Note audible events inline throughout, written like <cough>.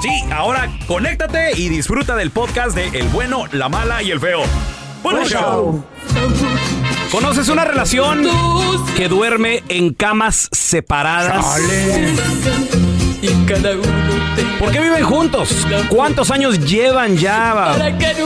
Sí, ahora conéctate y disfruta del podcast de El bueno, la mala y el feo. Buen show. ¿Conoces una relación que duerme en camas separadas? ¿Por qué viven juntos? ¿Cuántos años llevan ya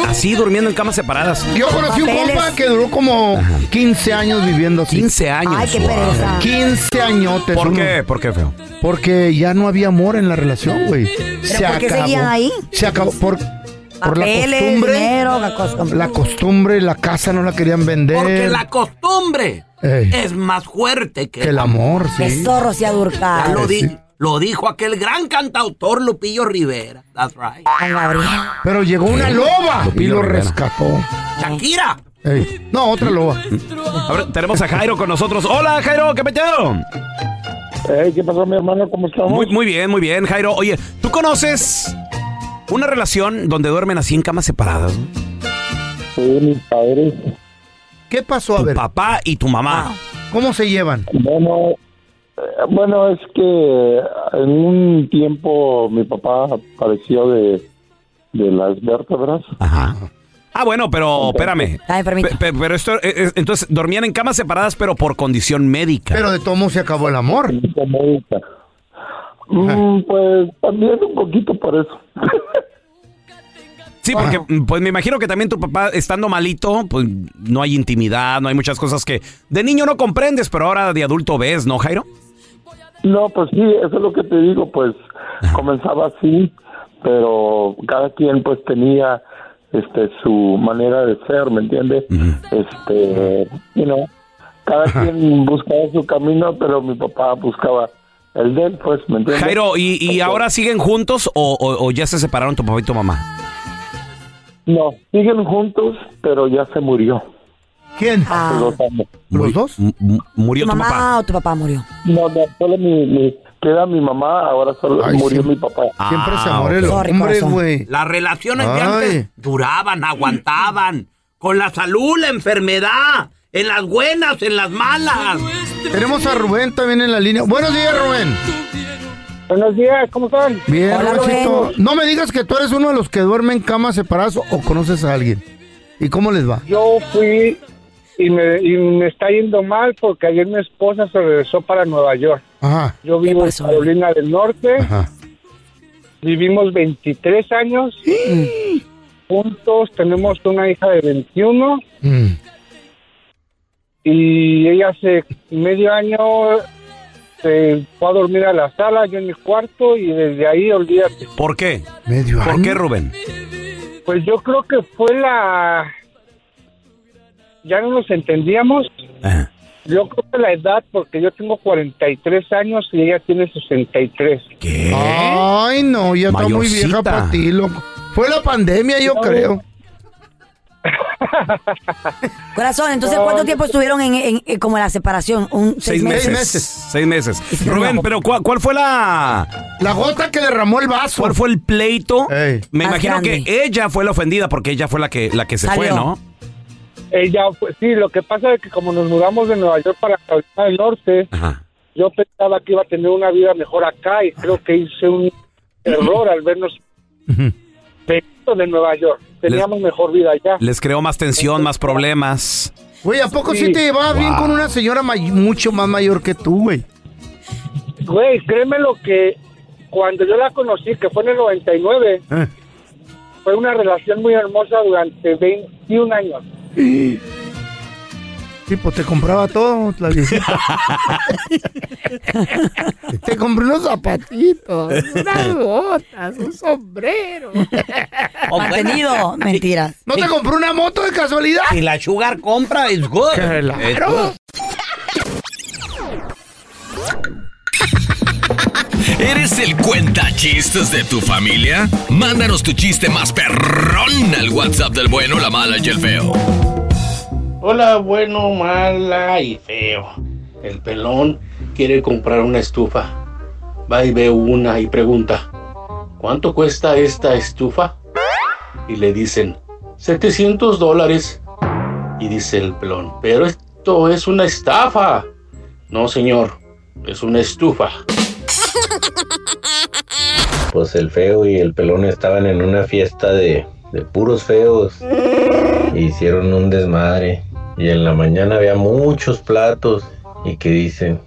así durmiendo en camas separadas? Yo conocí un Papeles. compa que duró como 15 años viviendo así. 15 años. Ay, qué wow. pereza. 15 añotes. ¿Por uno. qué? ¿Por qué, feo? Porque ya no había amor en la relación, güey. Se por qué acabó. seguían ahí? Se acabó. Por, por la Papeles, costumbre. dinero, la costumbre. La costumbre, la casa no la querían vender. Eh, Porque la costumbre Ey. es más fuerte que, Que el amor, Qué sí. zorro se ha Ya Eh, durcado. lo, di- sí. lo dijo aquel gran cantautor Lupillo Rivera. That's right. Ay, Gabriel. Pero llegó una loba y Lupillo lo Rivera. rescató. Shakira. Ey, No, otra loba. A ver, tenemos a Jairo con nosotros. Hola, Jairo, ¿qué peteo? Hey, ¿Qué pasó, mi hermano? ¿Cómo estamos? Muy, muy bien, muy bien, Jairo. Oye, ¿tú conoces una relación donde duermen así en camas separadas? no? Sí, mis padres. ¿Qué pasó? A Tu ver, papá y tu mamá. Ah, ¿cómo se llevan? Bueno, eh, bueno, es que en un tiempo mi papá pareció de, de las vértebras. Ajá. Ah, bueno, pero espérame. Está enfermito. Pe- pe- pero esto, eh, eh, entonces, dormían en camas separadas, pero por condición médica. Pero de todo modo se acabó el amor. como esta. Mm, pues también un poquito por eso. sí, porque pues me imagino que también tu papá, estando malito, pues no hay intimidad, no hay muchas cosas que de niño no comprendes, pero ahora de adulto ves, ¿no, Jairo? No, pues sí, eso es lo que te digo, pues comenzaba así, pero cada quien pues tenía este su manera de ser, ¿me entiendes? Este, you know, cada quien buscaba su camino, pero mi papá buscaba el de él, pues, ¿me entiendes? Jairo, ¿y, y pues, Ok. ahora siguen juntos o, o- o ya se separaron tu papá y tu mamá? No, siguen juntos, pero ya se murió. ¿Quién? Ah, Los amo. ¿Los Muri- dos? mu- mu- Murió ¿Tu tu, mamá papá. o tu papá murió? No, no, solo mi, mi- queda mi mamá, ahora solo Ay, murió sí. mi papá. Siempre se Ah, amor el ok. Sorry, hombre, corazón. güey. Las relaciones de Ay. antes duraban, aguantaban. Con la salud, la enfermedad. En las buenas, en las malas. Tenemos a Rubén también en la línea. Buenos días, Rubén. Buenos días, ¿cómo están? Bien, Hola, Rubéncito. Rubén. No me digas que tú eres uno de los que duerme en camas separadas o conoces a alguien. ¿Y cómo les va? yo fui y me, y me está yendo mal porque ayer mi esposa se regresó para Nueva York. Ajá, Yo ¿Qué vivo en pasó? Carolina del Norte, ajá. vivimos 23 años juntos, tenemos una hija de 21 Mm. y ella hace medio año se fue a dormir a la sala, yo en mi cuarto y desde ahí olvídate. ¿Por qué? Medio ¿Por año. qué, Rubén? Pues yo creo que fue la... Ya no nos entendíamos. Ajá. Yo creo que la edad, porque yo tengo 43 años y ella tiene 63. ¿Qué? Ay, no, ya está muy Mayorcita. vieja para ti, loco. Fue la pandemia, yo creo. Corazón, entonces, ¿cuánto tiempo estuvieron en, en- en- como en la separación? ¿Un, Seis meses. Seis meses. Y se Rubén, enojó. pero ¿cuál, cuál fue la. La gota que derramó el vaso. ¿Cuál fue el pleito? Ey. Me Más imagino grande. que ella fue la ofendida porque ella fue la que, la que se Salió. fue, ¿no? Ella, fue- sí, lo que pasa es que como nos mudamos de Nueva York para Carolina del Norte, Ajá. yo pensaba que iba a tener una vida mejor acá y creo que hice un error al vernos venido de Nueva York. Teníamos mejor vida allá. Les creó más tensión, más problemas. Güey, ¿a poco sí, Sí. te llevabas bien Wow. con una señora may- mucho más mayor que tú, güey? Güey, créeme lo que cuando yo la conocí, que fue en el 99, Eh. fue una relación muy hermosa durante 21 años. Sí, pues te compraba todo, la viejita. te compré unos zapatitos, <laughs> unas botas, un sombrero. <laughs> Mantenido. Mentiras. ¿No te compró una moto de casualidad? Si la sugar compra, es good. It's good. Claro. ¿Eres el cuenta chistes de tu familia? Mándanos tu chiste más perrón al WhatsApp del bueno, la mala y el feo. Hola, bueno, mala y feo. El pelón quiere comprar una estufa. Va y ve una y pregunta, ¿cuánto cuesta esta estufa? Y le dicen, 700 dólares. Y dice el pelón, pero esto es una estafa. No, señor, es una estufa. Pues el feo y el pelón estaban en una fiesta de, de puros feos. E hicieron un desmadre. Y en la mañana había muchos platos. Y que dicen,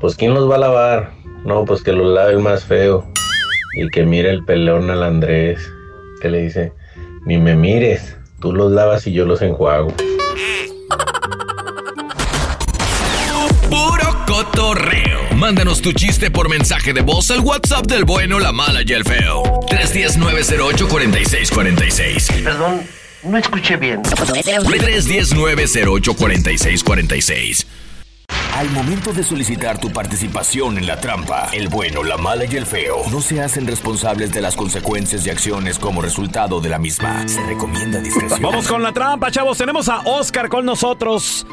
pues ¿quién los va a lavar? No, pues que los lave el más feo. Y que mira el pelón al Andrés. Que le dice, ni me mires. Tú los lavas y yo los enjuago. Puro cotorreo. Mándanos tu chiste por mensaje de voz al WhatsApp del bueno, la mala y el feo. 319-08-4646. Perdón, no escuché bien. 319-08-4646. Al momento de solicitar tu participación en la trampa, el bueno, la mala y el feo no se hacen responsables de las consecuencias y acciones como resultado de la misma. Se recomienda discreción. Vamos con la trampa, chavos. Tenemos a Oscar con nosotros.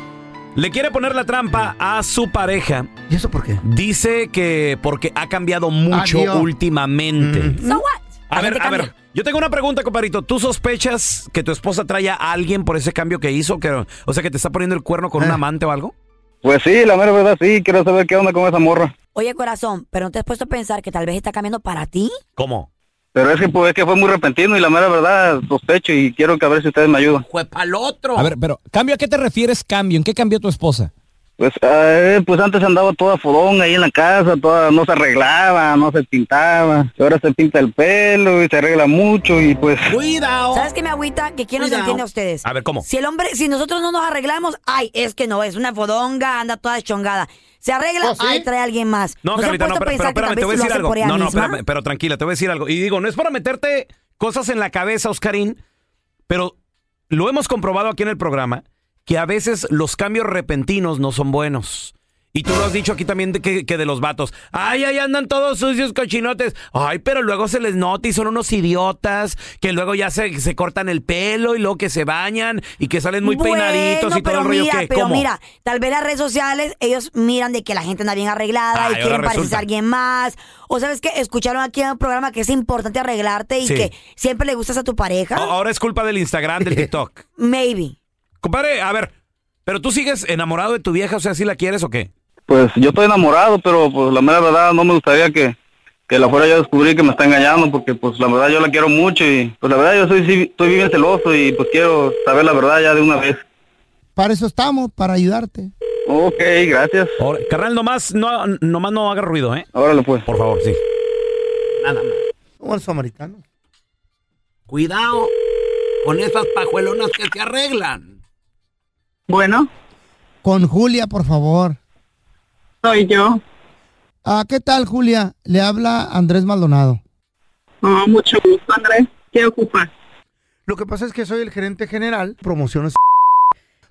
Le quiere poner la trampa a su pareja. ¿Y eso por qué? Dice que porque ha cambiado mucho Adiós. Mm. últimamente. So what? A La ver, gente a ver. cambia. Yo tengo una pregunta, compadrito. ¿Tú sospechas que tu esposa trae a alguien por ese cambio que hizo? Que, o sea, que te está poniendo el cuerno con un amante o algo. Pues sí, la mera verdad sí, quiero saber qué onda con esa morra. Oye, corazón, pero no te has puesto a pensar que tal vez está cambiando para ti. ¿Cómo? Pero es que, pues, es que fue muy repentino y la mera verdad sospecho y quiero que a ver si ustedes me ayudan. Pues, Fue pa'l otro. A ver, pero, ¿cambio a qué te refieres cambio? ¿En qué cambió tu esposa? Pues, eh, pues antes andaba toda fodón ahí en la casa, toda no se arreglaba, no se pintaba. Y ahora se pinta el pelo y se arregla mucho y pues... Cuidado. ¿Sabes qué me agüita? Que quién nos Cuidado. entiende a ustedes. A ver, ¿cómo? Si el hombre, si nosotros no nos arreglamos, ay, es que no, es una fodonga, anda toda chongada. Se arregla, ¿Oh, sí? ay, trae a alguien más. No, se han Carlita, no, puesto a pero, pensar pero que espérame, te tal voy a vez lo decir hace algo. por ella No, no, misma. espérame, pero tranquila, te voy a decir algo. Y digo, no es para meterte cosas en la cabeza, Oscarín, pero lo hemos comprobado aquí en el programa, que a veces los cambios repentinos no son buenos. Y tú lo has dicho aquí también de que, que de los vatos. Ay, ahí andan todos sucios, cochinotes. Ay, pero luego se les nota y son unos idiotas que luego ya se, se cortan el pelo y luego que se bañan y que salen muy Bueno, peinaditos y todo pero el rollo mira, que Pero ¿cómo? mira, tal vez las redes sociales, ellos miran de que la gente anda bien arreglada Ah, y y ahora quieren parecerse resulta. a alguien más. O sabes que escucharon aquí en el programa que es importante arreglarte y Sí. que siempre le gustas a tu pareja. A- Ahora es culpa del Instagram, del TikTok. Ah. Maybe. Compadre, a ver, pero tú sigues enamorado de tu vieja, o sea, si la quieres o qué? Pues yo estoy enamorado, pero pues la mera verdad no me gustaría que, que la fuera yo a descubrir que me está engañando, porque pues la verdad yo la quiero mucho y pues la verdad yo soy, sí, estoy bien celoso y pues quiero saber la verdad ya de una vez. Para eso estamos, para ayudarte. Ok, gracias. Ahora, carnal, nomás no, nomás no haga ruido, ¿eh? Órale pues. Por favor, sí. Nada más. Como el samaritano. Cuidado con esas pajuelonas que se arreglan. Bueno, Con Julia, por favor. soy yo. Ah, ¿qué tal, Julia? Le habla Andrés Maldonado. Ah, mucho gusto, Andrés. ¿Qué ocupas? Lo que pasa es que soy el gerente general, promociones.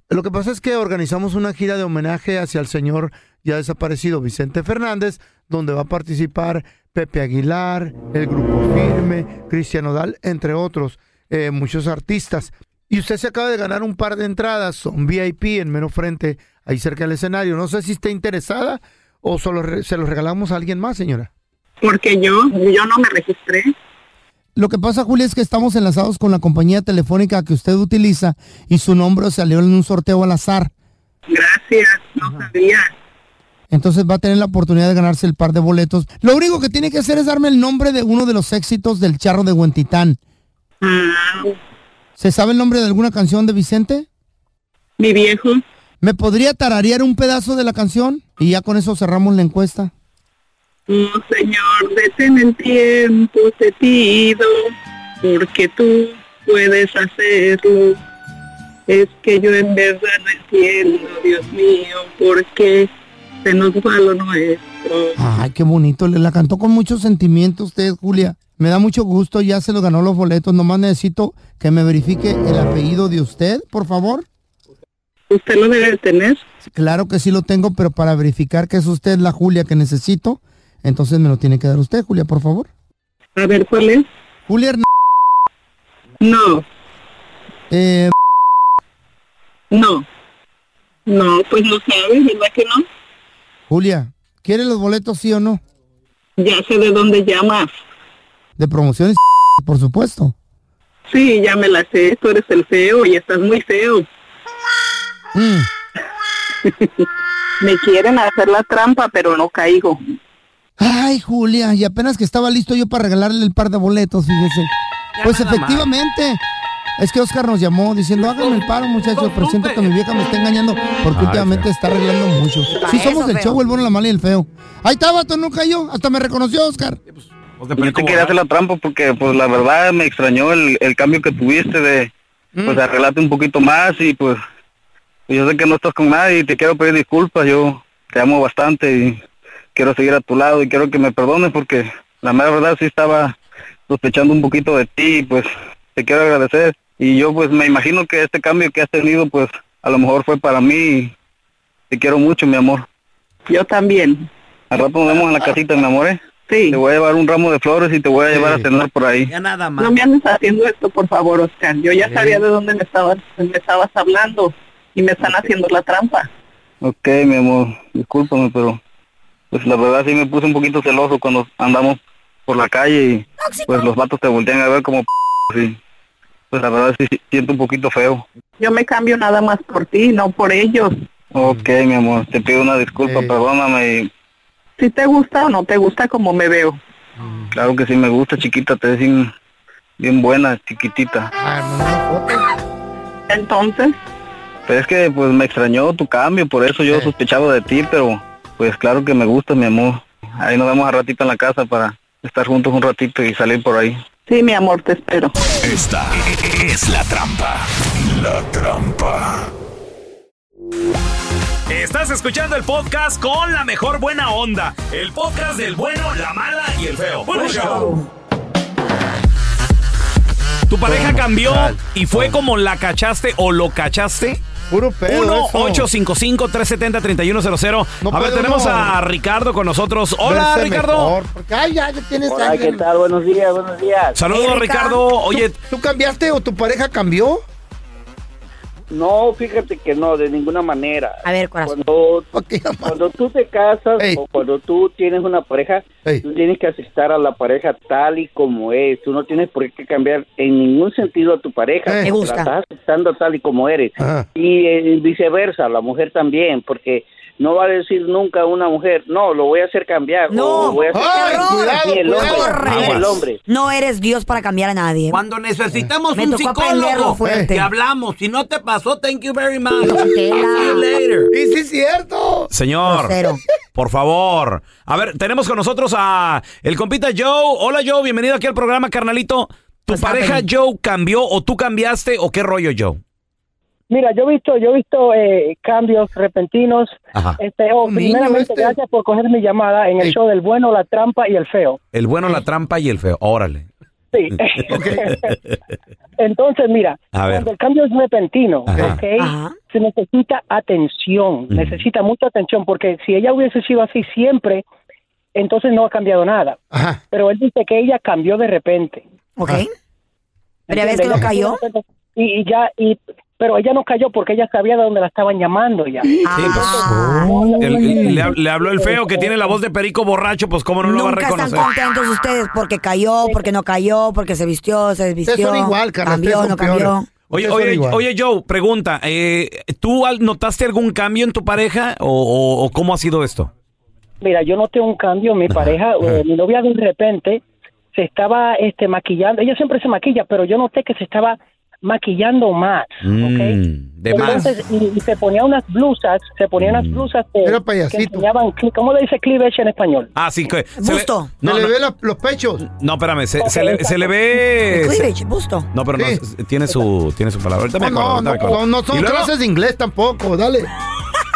Lo que pasa es que organizamos una gira de homenaje hacia el señor ya desaparecido Vicente Fernández, donde va a participar Pepe Aguilar, el Grupo Firme, Cristian Odal, entre otros, eh, muchos artistas. Y usted se acaba de ganar un par de entradas, son VIP en mero frente, ahí cerca del escenario. No sé si está interesada o solo re- se los regalamos a alguien más, señora. Porque yo, yo no me registré. Lo que pasa, Julia, es que estamos enlazados con la compañía telefónica que usted utiliza y su nombre salió en un sorteo al azar. Gracias, no sabía. Entonces va a tener la oportunidad de ganarse el par de boletos. Lo único que tiene que hacer es darme el nombre de uno de los éxitos del charro de Huentitán. Ah, ¿Se sabe el nombre de alguna canción de Vicente? mi viejo, ¿Me podría tararear un pedazo de la canción? Y ya con eso cerramos la encuesta. oh Señor, detén el tiempo, te pido, porque tú puedes hacerlo. Es que yo en verdad no entiendo, Dios mío, por qué se nos va lo nuestro. Ay, qué bonito. Le la cantó con mucho sentimiento usted, Julia. Me da mucho gusto, ya se lo ganó los boletos. Nomás necesito que me verifique el apellido de usted, por favor. Usted lo debe de tener. Claro que sí lo tengo, pero para verificar que es usted la Julia que necesito, Entonces me lo tiene que dar usted, Julia, por favor. A ver, ¿cuál es? Julia Hernández. No. Eh, No. No, pues no sabes, ¿verdad que no? Julia, ¿quiere los boletos sí o no? Ya sé de dónde llamas. De promociones, <laughs> por <laughs> supuesto. Sí, ya me la sé. Tú eres el feo y estás muy feo. me quieren hacer la trampa, pero no caigo. Ay, Julia, y apenas que estaba listo yo para regalarle el par de boletos, fíjese. Pues nada más. efectivamente. Es que Oscar nos llamó diciendo, háganme el paro, muchachos, pero siento que mi vieja me está engañando porque Ah, Ay, últimamente feo. está arreglando mucho. Pa' Sí, somos eso, el feo. show, el bueno, la mala y el feo. Ahí está, vato, no cayó. Hasta me reconoció, Oscar. Yo te quería hacer la trampa porque, pues, la verdad me extrañó el, el cambio que tuviste de, Mm. pues, arreglarte un poquito más y, pues, yo sé que no estás con nadie y te quiero pedir disculpas. Yo te amo bastante y quiero seguir a tu lado y quiero que me perdones porque la mera verdad sí estaba sospechando un poquito de ti y, pues, te quiero agradecer. Y yo, pues, me imagino que este cambio que has tenido, pues, a lo mejor fue para mí. y te quiero mucho, mi amor. Yo también. Al rato nos vemos en la casita, mi amor, ¿eh? Sí. Te voy a llevar un ramo de flores y te voy a llevar a cenar por ahí. nada No me andes haciendo esto, por favor, Oscar. Yo ya Sí. sabía de dónde me estabas, me estabas hablando y me están haciendo la trampa. Ok, mi amor, discúlpame, pero pues la verdad sí me puse un poquito celoso cuando andamos por la calle y pues los vatos te voltean a ver como p- y, pues la verdad sí sí, siento un poquito feo. Yo me cambio nada más por ti, no por ellos. Ok, mi amor, te pido una disculpa, perdóname y Si te gusta o no te gusta como me veo. claro que sí me gusta, chiquita, te ves bien, bien buena, chiquitita. Entonces, Pero es que pues me extrañó tu cambio, por eso yo sospechaba de ti, pero pues claro que me gusta, mi amor. Ahí nos vemos a ratito en la casa para estar juntos un ratito y salir por ahí. sí, mi amor, te espero. Esta es la trampa. La trampa. Estás escuchando el podcast con la mejor buena onda. El podcast del bueno, la mala y el feo. Bueno, show. ¿Tu pareja cambió y fue como la cachaste o lo cachaste? Puro pedo eso. 1-855-370-3100. a ver, puede tenemos uno a Ricardo con nosotros. Hola, Verse Ricardo. mejor, porque, ay, ya, ya tienes Hola, ¿qué tal? Buenos días, buenos días. Saludos, Hey, Ricardo. Ricardo. Oye- ¿Tú, tú cambiaste o tu pareja cambió? No, fíjate que no, de ninguna manera. A ver, corazón. Cuando, cuando tú te casas o cuando tú tienes una pareja, tú tienes que aceptar a la pareja tal y como es. Tú no tienes por qué cambiar en ningún sentido a tu pareja. Me Te gusta. La estás aceptando tal y como eres. Y eh, viceversa, la mujer también, porque no va a decir nunca a una mujer, no, lo voy a hacer cambiar. No, voy a hacer ¡Ay, cambiar". cuidado, Oh, Ni el cuidado, Ah, hombre, ni el Aguas. hombre. No eres Dios para cambiar a nadie. Cuando necesitamos Me un tocó aprenderlo psicólogo, fuerte. Eh. te hablamos. Si no te pasó, thank you very much. See you later. Y sí es cierto. Señor, Grosero. por favor. A ver, tenemos con nosotros a el compita Joe. Hola Joe, bienvenido aquí al programa, carnalito. ¿Tu pareja Joe cambió o tú cambiaste o qué rollo Joe? Mira, yo he visto, yo he visto eh, cambios repentinos. Ajá. Este, oh, primeramente, gracias por coger mi llamada en el show del bueno, la trampa y el feo. El bueno, la trampa y el feo. Órale. <laughs> Sí. Entonces, mira, A ver. cuando el cambio es repentino, Ajá. Mm. ¿ok? Se necesita atención, necesita mucha atención, porque si ella hubiese sido así siempre, entonces no ha cambiado nada. Pero él dice que ella cambió de repente. ¿Ok? Ah. Pero ya ves que no cayó. Y, y ya, y, pero ella no cayó porque ella sabía de dónde la estaban llamando ya. pues. Ah. El- el- le, hab- le habló el feo que tiene la voz de perico borracho, pues cómo no lo va a Nunca están reconocer. contentos ustedes porque cayó, porque no cayó, porque se vistió, se desvistió. igual, carnal, Cambió, ustedes no son cambió. Oye, Ustedes son oye, igual. oye Joe, pregunta, eh, ¿tú al- notaste algún cambio en tu pareja o, o- o cómo ha sido esto? Mira, yo noté un cambio. Mi pareja, eh, mi novia de repente se estaba este, maquillando. Ella siempre se maquilla, pero yo noté que se estaba maquillando más. Mm, de más. Mm. Entonces, y, y se ponía unas blusas, se ponía unas blusas de, que enseñaban, cli- ¿cómo le dice cleavage en español? Así Ah, que... se le- Busto. no, no, los pechos. no, espérame, se, se le, se le Pues, ve... Cleavage, busto. No, pero no, s- tiene su, tiene su palabra. Ahorita me No, acuerdo, no, ahorita no, me acuerdo. no, no Y son luego- clases de inglés tampoco, dale.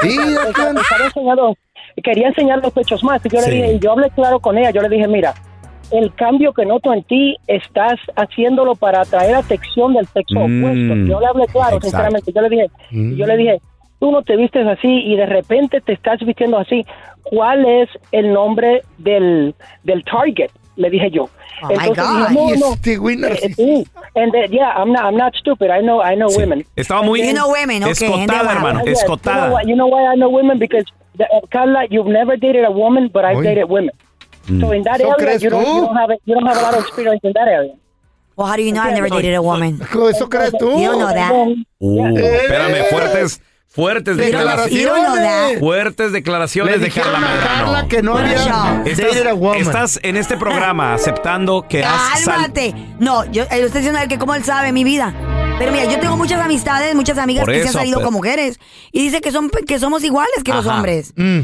Sí, O sea, me Pues, estaba enseñando- quería enseñar los pechos más. Y yo Sí. le dije, y yo hablé claro con ella, yo le dije, mira, el cambio que noto en ti estás haciéndolo para atraer atención del sexo Mm. opuesto. Yo le hablé claro, Exacto. sinceramente. Yo le dije, Mm. yo le dije, tú no te vistes así y de repente te estás vistiendo así, ¿cuál es el nombre del, del target? Le dije yo. Oh, my God. Y este güey eh, sí. And then, yeah, I'm not, I'm not stupid. I know, I know Sí. women. Estaba muy And then- escotada, hermano, Yes, You know, escotada. why, you know why I know women? Because, the, uh, Carla, you've never dated a woman, but I've Oy. dated women. So in that ¿Eso area, crees you don't, tú? you, don't have, a- you don't have a lot of experience in that area. Well, how do you know I've never dated a woman? ¿Eso crees tú? You don't know that. Uh, espérame, fuertes, fuertes declaraciones. Declaraciones. Fuertes declaraciones de Carla Medrano. que no había dated a Estás, woman. estás en este programa aceptando que has sal- Cálmate. No, yo, eh, usted diciendo que cómo él sabe mi vida. Pero mira, yo tengo muchas amistades, muchas amigas Por que se han eso, salido pues. con mujeres. Y dice que, son, que somos iguales que los Ajá. hombres. Mm.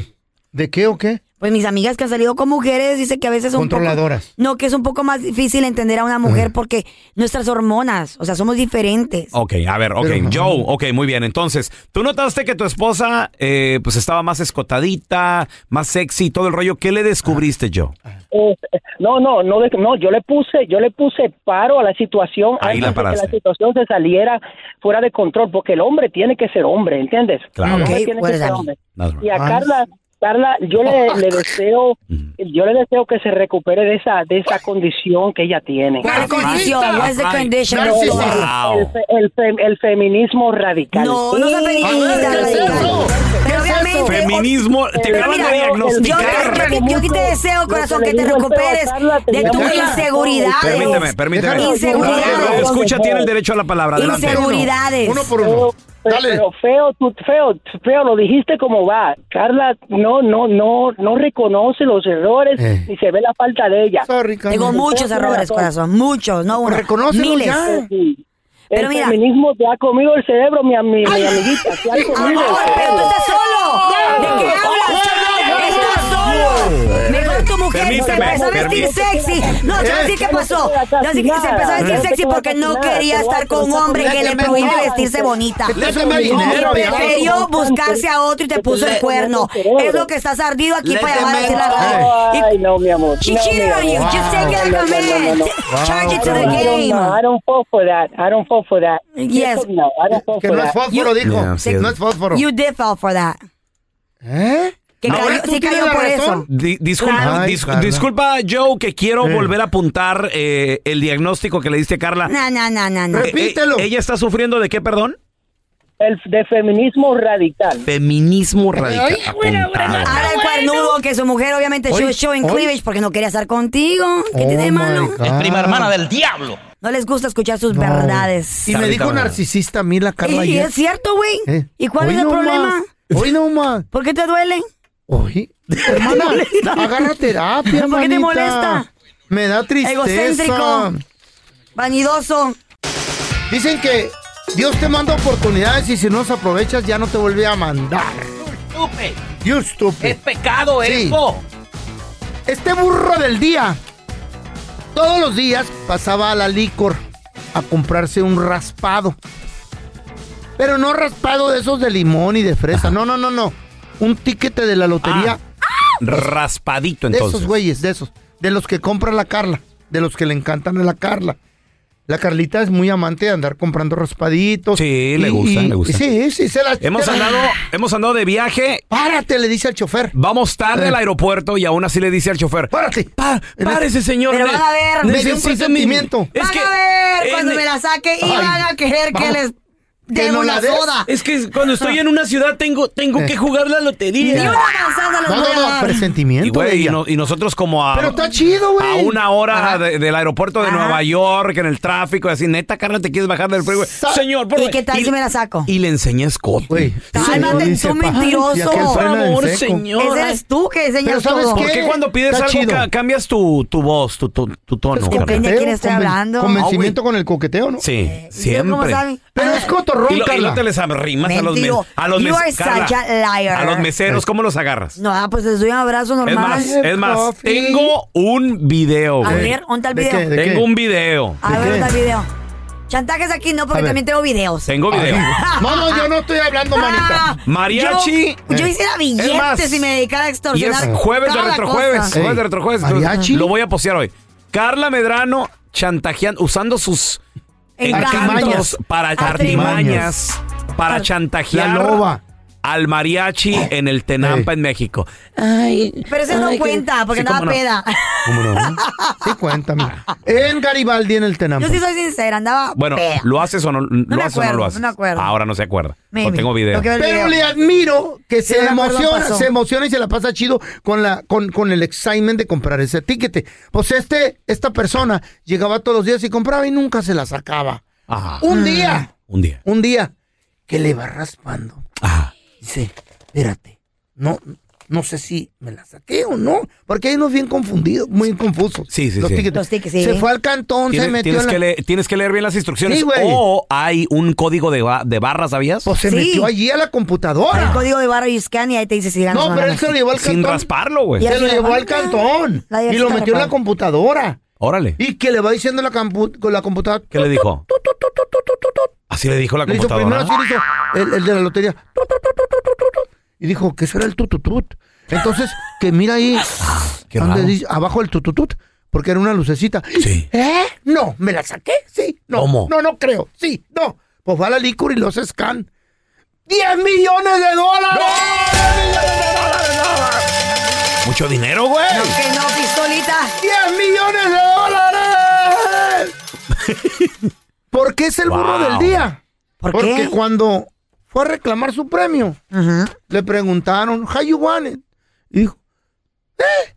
¿De qué o qué? Pues mis amigas que han salido con mujeres dice que a veces son un poco- Controladoras. no, que es un poco más difícil entender a una mujer porque nuestras hormonas, o sea, somos diferentes. Ok, a ver, ok, Joe, ok, muy bien. Entonces, tú notaste que tu esposa eh, pues estaba más escotadita, más sexy, todo el rollo. ¿Qué le descubriste, Joe? Eh, no, no, no, de- no, yo le puse, yo le puse paro a la situación Ahí la antes de que paraste. la situación se saliera fuera de control, porque el hombre tiene que ser hombre, ¿entiendes? Claro. El hombre Ok, tiene what que does ser that hombre. mean? Y a Ah. Carla, Carla, <laughs> yo le, le deseo, yo le deseo que se recupere de esa, de esa condición que ella tiene. ¿Cuál condición? What's the condition? No, el, fe- el fe- el feminismo radical. No, no se feminista, radical. Pero obviamente. Feminismo, te Pero acaban de mira, Yo, diagnosticar. te- yo te- yo aquí te deseo, corazón, le que te digo al feo, recuperes Carla, te de llamo. tus Déjala. inseguridades. Permíteme, permíteme. Inseguridades. Escucha, tiene el derecho a la palabra. Adelante. Inseguridades. Uno por uno. Pero, pero- pero feo, tú, feo, tú- feo, lo dijiste como va. Carla no, no, no, no reconoce los errores Eh. ni se ve la falta de ella. Tengo muchos errores, corazón. Muchos, no uno. Miles. Sí. Pero el mira. feminismo te ha comido el cerebro, mi, ami- mi <laughs> amiguita. Te ha comido el cerebro. solo! ¿De qué hablas? ¡Estás solo! Mejor tu mujer se Permíteme, empezó a vestir permíteme. sexy. No, te voy a decir qué pasó. Te voy a decir que se empezó a vestir sexy porque no quería estar con un hombre que le prohibiera vestirse bonita. Te hace más dinero, viejo. Prefirió buscarse a otro y te puso el Le- cuerno. Es lo que estás ardido aquí para llamar a decir la verdad. Ay, no, mi amor. She no, mi cheated on amor. you. Just take it like a No, no, no, man. no, no. Charge it to the I don't- game. I don't fall for that. I don't fall for that. Yes. Eso No, I don't fall Que for no that. es fósforo, You- dijo. Yeah, sí es. No es fósforo. You did fall for that. ¿Eh? Que Ahora cayó, tú sí tienes cayó la por razón. eso. Di- disculpa, Claro. dis- Carla. disculpa, Joe, que quiero volver a apuntar eh, el diagnóstico que le diste a Carla. No, no, no, no, no. Eh, eh, ¿Ella está sufriendo de qué, perdón? El de feminismo radical. Feminismo radical. apuntado. Ahora el cuernudo, que su mujer obviamente Hoy- she was showing hoy- cleavage porque no quería estar contigo. ¿Qué Oh tiene de malo? Es prima hermana del diablo. No les gusta escuchar sus verdades. Y me dijo narcisista a mí la Y- Carla Y ayer. es cierto, güey. Eh. ¿Y cuál Hoy es el no problema? más. Hoy no más. ¿Por qué te duele? Hoy. <laughs> Hermana, agarra terapia, ¿Por qué te hermanita. molesta? Me da tristeza. Egocéntrico. Vanidoso. Dicen que Dios te manda oportunidades y si no las aprovechas ya no te vuelve a mandar. Tupe, Dios estúpido. es pecado Sí. eso. Este burro del día. Todos los días pasaba a la licor a comprarse un raspado. Pero no raspado de esos de limón y de fresa. No, no, no, no. Un tiquete de la lotería. Raspadito, De esos Ah, entonces. güeyes, de esos. De los que compra la Carla. De los que le encantan a la Carla. La Carlita es muy amante de andar comprando raspaditos. Sí, le gusta, le gusta. Sí, sí, se las... Hemos se las- andado, hemos andado de viaje. Párate, le dice al chofer. Vamos tarde Eh. al aeropuerto y aún así le dice al chofer. Párate. este-". párese, señor. Pero Ne- van a ver. necesito mi- Es Van que- a ver cuando en- me la saque y Ay, van a querer que vamos. les den una soda. Es que cuando estoy en una ciudad tengo, tengo Eh. que jugar la lotería. Ni una manzana les No, voy a no, no, dar. presentimiento Y, güey, de y, ella. no- y nosotros como a, Pero está chido, güey. a una hora de- del aeropuerto de Nueva York, en el tráfico, y así, neta, Carla, te quieres bajar del freeway. Señor, por ¿Y qué tal y- si me la saco? Y le enseñé escote. Cálmate, tú mentiroso. Ese eres tú que enseñas todo. ¿Por qué cuando pides Está algo chido. ca- cambias tu, tu voz, tu, tu, tu tono? depende Carla? de quién esté hablando. Ah, Convencimiento con el coqueteo, ¿no? Sí, Eh, ¿Cómo siempre. saben? Pero es Y, cotorrón, lo- y Carla. no te les arrimas a los, mes- Mentiro. a los You mes- are such Carla, a Eh. liar. a los Eh. meseros. ¿Cómo los agarras? No, ah, pues les doy un abrazo Es normal. más, es más, tengo un video. A güey. ver, ¿dónde está el video? Tengo un video. A ver, ¿dónde está el video? Chantajes aquí no, porque A ver. también tengo videos. Ah, Tengo video. Ah, <laughs> No, no, yo no estoy hablando, manita. Eh. Mariachi. Yo, yo hiciera billetes Es más, si me dedicara a Y es extorsionar. jueves de toda la retrojueves. cosa. Jueves de retrojueves. Entonces, Lo voy a postear hoy. Carla Medrano chantajeando, usando sus Encantos. encantos para Artimañas. artimañas, para chantajear La loba. Eh. al mariachi en el Tenampa, en México. Ay, Pero eso no ay, que- cuenta, porque Sí, andaba cómo no. peda. <laughs> ¿Cómo no? Sí, cuéntame. <laughs> En Garibaldi, en el Tenampa. Yo sí soy sincera, andaba Bueno, peda. ¿lo haces o no, lo me haces o no acuerdo, lo no haces? me acuerdo. Ahora no se acuerda. Maybe. No tengo video. Pero le admiro que Sí, se me acuerdo, emociona, pasó. se emociona y se la pasa chido con la, con, con el excitement de comprar ese ticket. Pues este, esta persona llegaba todos los días y compraba y nunca se la sacaba. Ajá. Mm. Un día, Un día. un día, que le va raspando. Dice, espérate, no, no sé si me la saqué o no, porque hay unos bien confundidos, muy confusos. Sí, sí, los sí. tickets. Los tickets, sí. Se fue al cantón, Tienes, se metió tienes en la- que leer, tienes que leer bien las instrucciones. Sí, güey. o hay un código de, ba- de barra, ¿sabías? Pues se metió allí a la computadora. El código de barra y scan y ahí te dice si ganas o No, pero ganas. él se lo llevó al cantón. Sin rasparlo, güey. Se lo llevó al cantón. La Y lo dirección metió en la recuerdo. computadora. Órale. Y que le va diciendo la campu- con la computadora. ¿Qué le dijo? Así le dijo la Le hizo primero computadora. así, le hizo el, el de la lotería. tut, tut, tut, tut, tut, tut, Y dijo, ¿qué será el tututut? Entonces, que mira ahí, donde Ah, raro. dice- abajo el tututut, porque era una lucecita. ¿Eh? No, me la saqué, sí. No, ¿Cómo? no, no creo, sí, no. Pues va la licor y los scan. ¡10 millones de dólares! Mucho dinero, güey. No, que no, pistolita. ¡10 millones de dólares! Porque es el burro Wow. del día. ¿Por Porque qué? cuando fue a reclamar su premio, le preguntaron, ¿How you want it?" Y dijo, "Eh,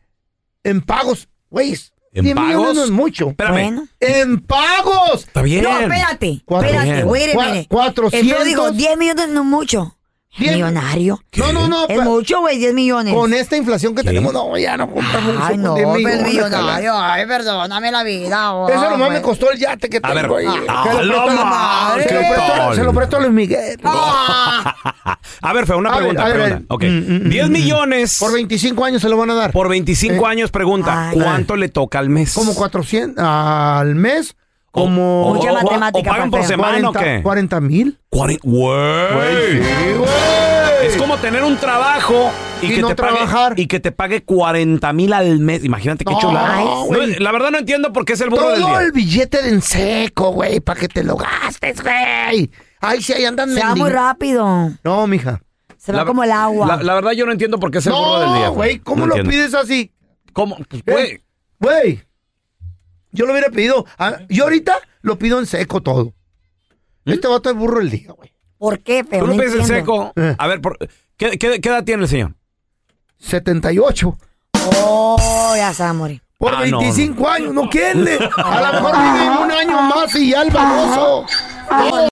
En pagos, güey. ¿En 10 millones pagos? no es mucho. Espérame. Bueno. ¡En pagos! Está bien. No, espérate. Cuatro- espérate, bien. güey, Cua- mire. El 400. Feo dijo 10 millones no es mucho. Millonario. No, no, no. Es pa- mucho, güey, 10 millones. Con esta inflación que tenemos, no, ya no compramos mucho. Ay, con no, 10 pero millones, millonario. cala. Ay, perdóname la vida. güey. Eso nomás me güey. costó el yate que A ver, tengo ahí. ah, Se lo presto la a la madre. madre. Se lo presto- Se lo presto a Luis Miguel. A ver, fue una A ver, pregunta. a ver, Mm, pregunta. Ok. 10 millones. Por 25 años se lo van a dar. Eh, Por 25 años, pregunta. ¿Cuánto le toca al mes? Como 400 al mes. Como. o- Mucha o- o- matemática, Oh, o pagan por Rafael. semana o qué? 40 mil. Cuare- Güey. Es como tener un trabajo y, Y que no te trabajar. Pague, y que te pague 40 mil al mes. Imagínate qué No, chulada. ay, No, güey. la verdad no entiendo por qué es el burro del Todo día. el billete de en seco, güey, para que te lo gastes, güey. Ay, sí, ahí andan Se va muy mendigando. rápido. No, mija. Se va como el agua. La, la verdad yo no entiendo por qué es el burro del día. No, güey, ¿cómo No lo entiendo. pides así? ¿Cómo? Pues, güey. Eh, Güey, yo lo hubiera pedido. a- yo ahorita lo pido en seco todo. Este vato es burro el día, Eh, güey. ¿Por qué, Feo? ¿Mm? Tú lo No pides en entiendo. seco. A ver, por- ¿qué, qué, qué edad tiene el señor? 78. Oh, ya se va a morir. Por Ah, no, 25 años, no quiere. A lo mejor vive un año más y ya el baboso. Todo.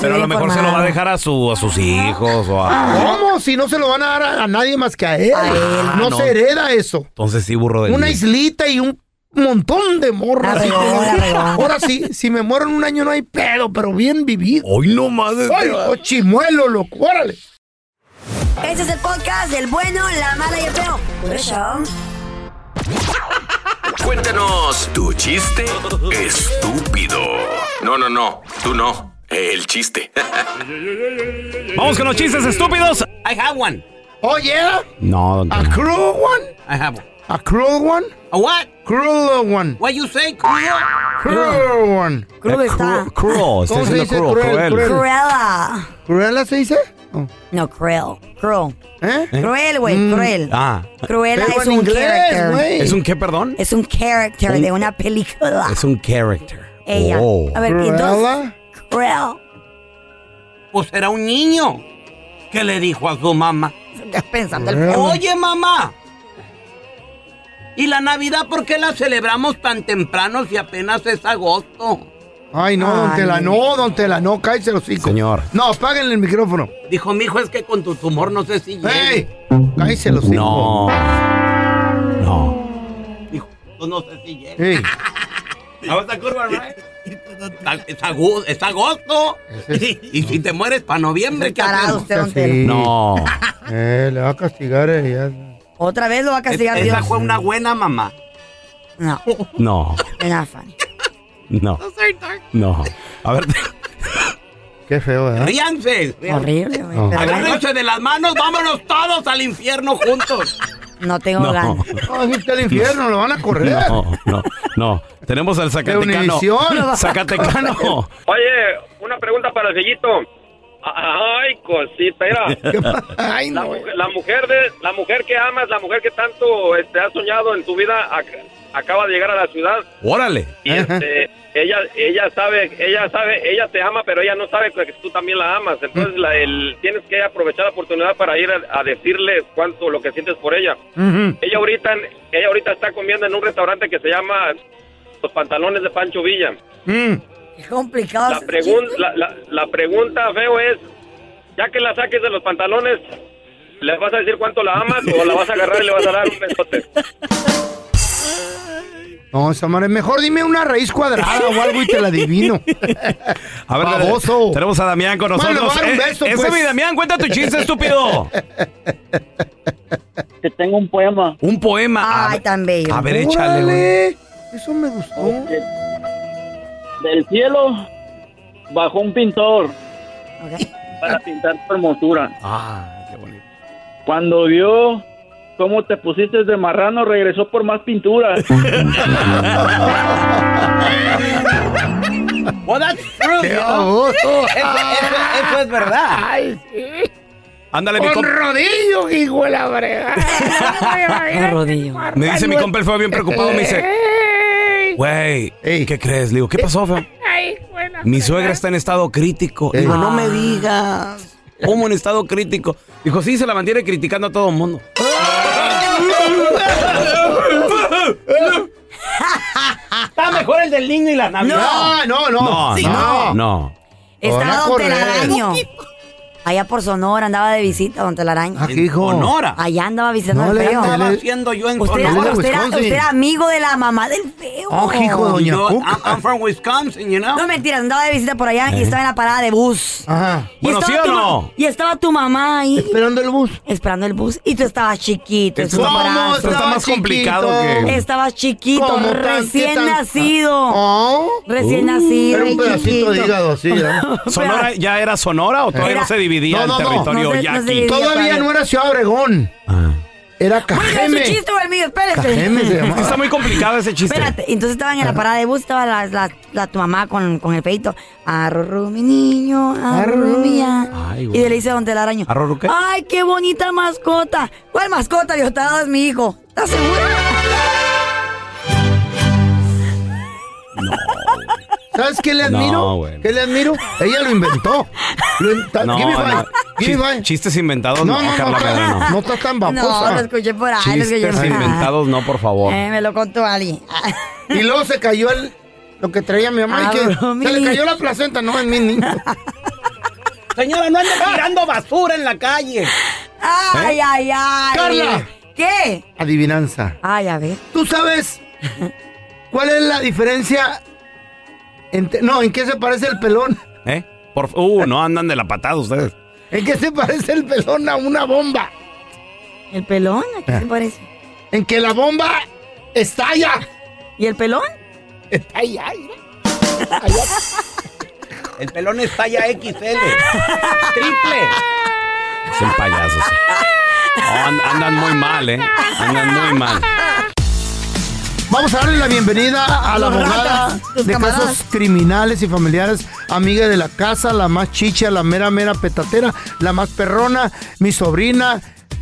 Pero a lo mejor se lo va a dejar a, su, a sus hijos o a... ¿Cómo? Si no se lo van a dar a, a nadie más que a él. no, Ah, no. se hereda eso. Entonces sí, burro del Una día. islita y un montón de morras. Ahora sí, si me muero en un año no hay pedo, pero bien vivido. Hoy no más. Ay, o chimuelo, loco, órale. Este es el podcast del bueno, la mala y el feo. Por eso. Cuéntanos tu chiste estúpido. No, no, no, tú no, el chiste. Vamos con los chistes estúpidos. I have one. Oh, yeah. No, don A cruel one. I have one. A cruel one. A what? Cruel one. What you say, cruel? Cruel one. Cruel está. Eh, Cru- Cruel. Está ¿Cómo se diciendo dice cruel, cruel, cruel. Cruella. ¿Cruella se dice? No, cruel. Cruel. ¿Eh? Cruel, güey, cruel. Ah. Cruella Pero es en un inglés, character. güey. ¿Es un qué, perdón? Es un character de una película. Es un character. Ella. Oh. A ver, y entonces. Cruel. Pues era un niño que le dijo a su mamá. Estás pensando el feo. Oye, mamá. ¿Y la Navidad por qué la celebramos tan temprano si apenas es agosto? Ay, no, don Tela, no, don Tela, no, cállese los hijos. Señor. No, apáguenle el micrófono. Dijo, mijo, es que con tu tumor no sé si llegue". ¡Ey! Cállese los hijos. No. No. Dijo, pues no sé si llegue. Ey, Está- Es, agu- es agosto. Y, y si te mueres para noviembre, ¿qué Tarado hacemos? usted, Ah, don Tela. Sí. No. eh, le va a castigar eh, ya. Otra vez lo va a Es- castigar esa Dios. fue una buena mamá. No, No. no era funny. No. No. A ver. Qué feo, ¿verdad? Ríanse. ríanse. Horrible, güey. No. Pero bueno, Agárrense de las manos, vámonos todos al infierno juntos. no tengo No. ganas. No, si está el infierno, lo van a correr. No, no, no. Tenemos al Zacatecano. Univisión. <laughs> Zacatecano. Oye, una pregunta para el sellito. Ay, cosita, mira. Ay, la, mu- la mujer de, la mujer que amas, la mujer que tanto este, has soñado en tu vida, ac- acaba de llegar a la ciudad. Órale. Y este, ella, ella sabe, ella sabe, ella te ama, pero ella no sabe que tú también la amas. Entonces la- el- tienes que aprovechar la oportunidad para ir a, a decirle cuánto lo que sientes por ella. Ella ahorita, ella ahorita está comiendo en un restaurante que se llama Los Pantalones de Pancho Villa. Mm. Qué complicado. La, pregun- la, la- la pregunta, feo, es, ya que la saques de los pantalones, ¿le vas a decir cuánto la amas o la vas a agarrar y le vas a dar un besote? No, esa madre, mejor dime una raíz cuadrada o algo y te la adivino. A ver, Baboso. tenemos a Damián con Bueno, le voy nosotros. Eh, a dar un beso, ese pues. mi Damián, cuenta <laughs> tu chiste, estúpido. Te tengo un poema. Un poema. A Ay, ver- tan bello. A ver, échale, güey. Eso me gustó. Del cielo bajó un pintor para pintar tu hermosura. Ah, qué bonito. Cuando vio cómo te pusiste de marrano, regresó por más <laughs> pintura. Well, that's true. Qué you know. baboso. Eso, eso- eso es verdad. Ay, sí. Ándale, mi Con compa. rodillo, hijo de la brega. <laughs> Me dice mi compa, el feo bien preocupado, me dice, güey, ¿qué crees? Le digo, Eh. ¿qué pasó, feo? Ay, bueno. Mi suegra está en estado crítico. Digo, no Ah. me digas. ¿Cómo en estado crítico? Dijo, sí, se la mantiene criticando a todo el mundo. <laughs> Está mejor el del niño y la Navidad. No, No, Sí, no. no, no. Van a Estaba don correr. Telaraño. Allá por Sonora andaba de visita don Telaraño. Ah, ¿A qué, hijo? ¿Sonora? Allá andaba visitando No, al le- feo. ¿Qué andaba haciendo yo en usted, era- Sonora? usted era- Wisconsin. usted era amigo de la mamá del feo. Ah, Oh, No, ah, I'm, I'm from Wisconsin, you know. No, mentiras, andaba de visita por allá y estaba en la parada de bus. Eh. Ajá. Y estaba tu ma- Y estaba tu mamá ahí. Esperando el bus. Esperando el bus. Y tú estabas chiquito. en Esto tus está- embarazos. esto está más complicado que- Estabas chiquito, ¿Cómo tan- recién qué tan- Ah. Uh, nacido. Recién nacido. Era un pedacito de chiquito. hígado así, ¿no? Uh, <laughs> ¿Sonora ya era Sonora o todavía Era- no se dividía No, no, el no. territorio No Ah. se- ya no se aquí? dividía Todavía <laughs> no era Ciudad Obregón. Era Oiga, ¿es un Cajeme. chiste o el mío? Espérate. Cajeme se llamaba. Ah. Está muy complicado ese chiste. Espérate, entonces estaban en la parada de bus, estaba la, la- la- tu mamá con, con el feito. Arrurru, mi niño, arrurru, mía. Ay, Y güey. le dice Don Telaraño. ¿Arrurru qué? Ay, qué bonita mascota. ¿Cuál mascota? Le digo, te ha dado es mi hijo. ¿Estás segura? ¿Sabes qué le No, admiro? güey. ¿Qué le admiro? Ella lo inventó. Lo in- ta- No, give me five. no. Give me Chis- five. Chistes inventados, No, no, no, no, Carla no, Medrano. no estás tan No, lo babosa. escuché por ahí. lo escuché Chistes por ahí. inventados, no, por favor. Eh, me lo contó alguien. Y luego se cayó el, lo que traía mi mamá. y que se le cayó la placenta, no en mi <laughs> niño. Señora, no ande tirando basura en la calle. ¿Eh? Ah. Ay, ay, ay. Carla. ¿Qué? Adivinanza. Ay, a ver. ¿Tú sabes cuál es la diferencia? entre- no, ¿en qué se parece el pelón? <laughs> ¿Eh? Por, uh, no andan de la patada <laughs> ustedes. ¿En qué se parece el pelón a una bomba? Ah. ¿El pelón? ¿A qué se parece? En que la bomba estalla. ¿Y el pelón? Estalla. El pelón es talla XL. Triple. Son payasos. No, an- andan muy mal, ¿eh? Andan muy mal. Vamos a darle la bienvenida a la Los abogada ratas, tus de camaradas. casos criminales y familiares, amiga de la casa, la más chicha, la mera, mera petatera, la más perrona, mi sobrina.